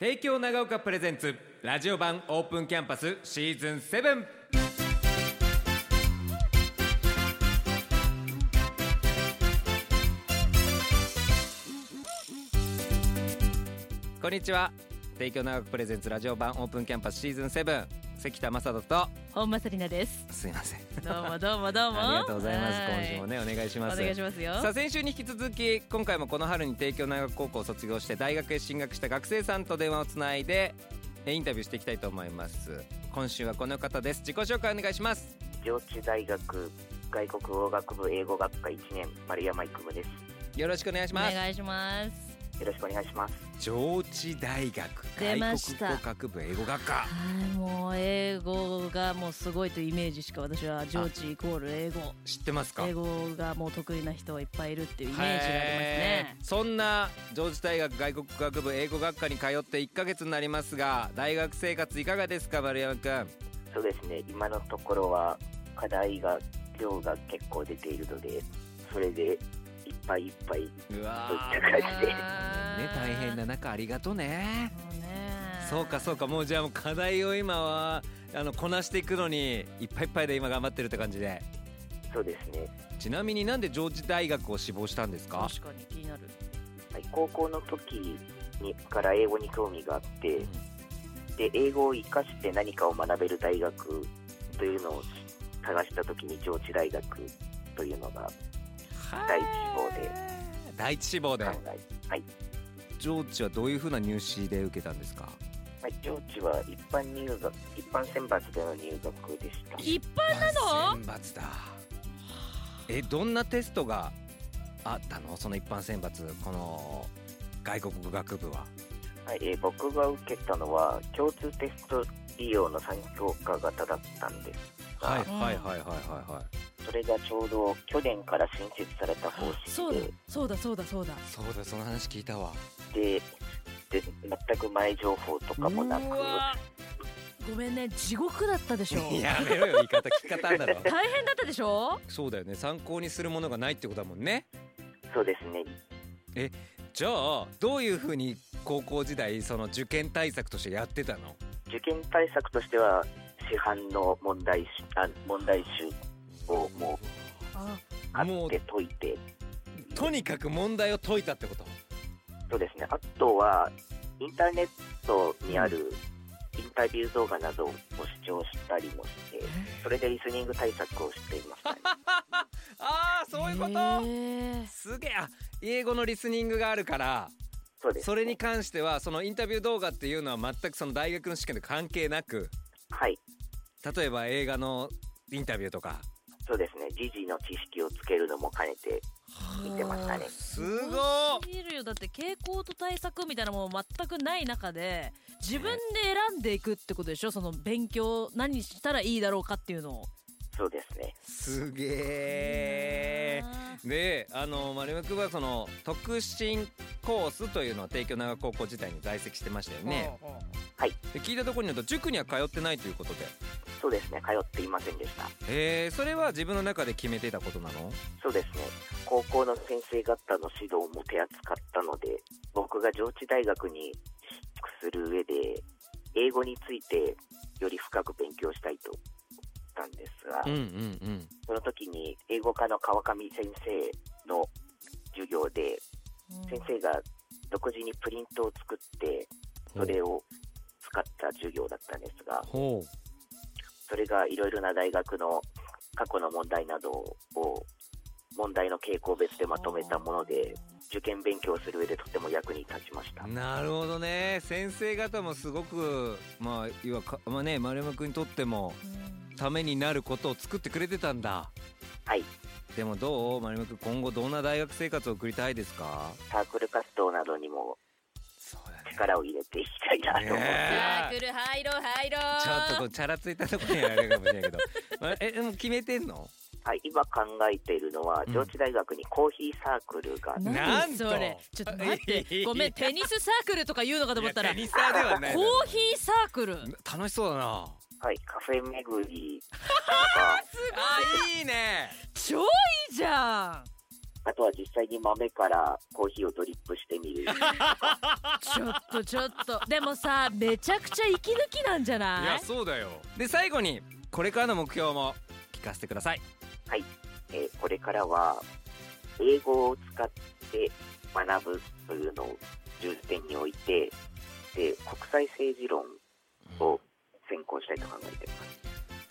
帝京長岡プレゼンツラジオ版オープンキャンパスシーズン7こんにちは帝京長岡プレゼンツラジオ版オープンキャンパスシーズン7関田正人と本間紗理奈 です。すいませんどうもどうもどうも。ありがとうございますは今週もねお願いしおます願いしますよ。さあ先週に引き続き今回もこの春に帝京大学高校を卒業して大学へ進学した学生さんと電話をつないでえインタビューしていきたいと思います今週はこの方です自己紹介お願いします上智大学外国語学部英語学科1年丸山育夢ですよろしくお願いしおます願いします。よろしくお願いします上智大学出ま外した国語学部英語学科はい、もう英語がもうすごいというイメージしか私は上智イコール英語。知ってますか英語がもう得意な人はいっぱいいるっていうイメージがありますへね。ーそんな上智大学外国語学部英語学科に通って1ヶ月になりますが大学生活いかがですか丸山くんそうですね今のところは課題が量が結構出ているのでそれでいっぱいいっぱいうわといっーた感じでね大変な中ありがとねもうね。そうかそうかもうじゃあもう課題を今はあのこなしていくのにいっぱいいっぱいで今頑張ってるって感じでそうですね、ちなみになんで上智大学を志望したんですか確かに気になる。はい、高校の時にから英語に興味があってで英語を生かして何かを学べる大学というのを探した時に上智大学というのが第一志望で第一志望で考え上智はどういうふうな入試で受けたんですかはい、上智は一般入学、一般選抜での入学でした。一般な選の？抜だえどんなテストがあったのその一般選抜この外国語学部ははい、えー僕が受けたのは共通テスト利用の参教科型だったんですが、はいうんはいはいはいはいはいそれがちょうど去年から新設された方そう式だで、そうだそうだそうだ。そうだその話聞いたわで、で全く前情報とかもなく、うわごめんね地獄だったでしょ。やめろよ言い方聞き方あんだ ろ大変だったでしょ？そうだよね参考にするものがないってことだもんねそうですね、じゃあどういうふうに高校時代その受験対策としてやってたの受験対策としては市販の問題集あ問題集をもあ、う買って解いて、とにかく問題を解いたってことそうですね。あとはインターネットにあるインタビュー動画などを視聴したりもして、それでリスニング対策をしてい ました、ね。ああそういうこと、へーすげえあ英語のリスニングがあるからそうです、ね。それに関してはそのインタビュー動画っていうのは全くその大学の試験と関係なくはい、例えば映画のインタビューとかそうですね。時事の知識をつけるのも兼ねて見てましたね。すすごごっすぎるよだって傾向と対策みたいなもの全くない中で自分で選んでいくってことでしょその勉強何したらいいだろうかっていうのをそうですね。すげえであの丸山君はその特進コースというのは帝京長岡高校時代に在籍してましたよね。はいで聞いたところによると塾には通ってないということでそうですね。通っていませんでした。へえそれは自分の中で決めていたことなのそうですね。高校の先生方の指導も手厚かったので、僕が上智大学に進学する上で、英語についてより深く勉強したいと思ったんですが、うんうんその時に英語科の川上先生の授業で、先生が独自にプリントを作って、うんそれを使った授業だったんですが、ほそれがいろいろな大学の過去の問題などを問題の傾向別でまとめたもので受験勉強をする上でとても役に立ちましたうなるほどね先生方もすごくまあいわかまあね丸山君にとってもためになることを作ってくれてたんだはいでもどう丸山君今後どんな大学生活を送りたいですかサークル活動などにもそうだ力を入れていきたいなと思って、ねサークル入ろう入ろう ちょっとこうチャラついたとこにはあれかもしれないけ ど、まあ、えでも決めてんのはい、今考えているのはうん上智大学にコーヒーサークルが、な何そなんれとちょっと待ってごめんテニスサークルとか言うのかと思ったらいコやニサーではないだろーヒーサークル楽しそうだなはい、カフェ巡りとかあいいね超いいじゃんあとは実際に豆からコーヒーをドリップしてみるちょっとちょっとでもさめちゃくちゃ息抜きなんじゃないいやそうだよで最後にこれからの目標も聞かせてくださいえーこれからは英語を使って学ぶというのを重点に置いてで国際政治論を専攻したいと考えてい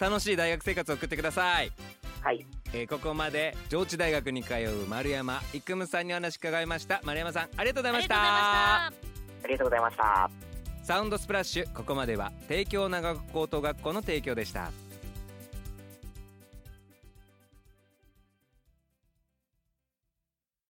ま楽しい大学生活を送ってください、すはいえーここまで上智大学に通う丸山育夢さんにお話伺いました丸山さんありがとうございましたありがとうございましたありがとうございましたサウンドスプラッシュここまでは帝京長岡高等学校の提供でした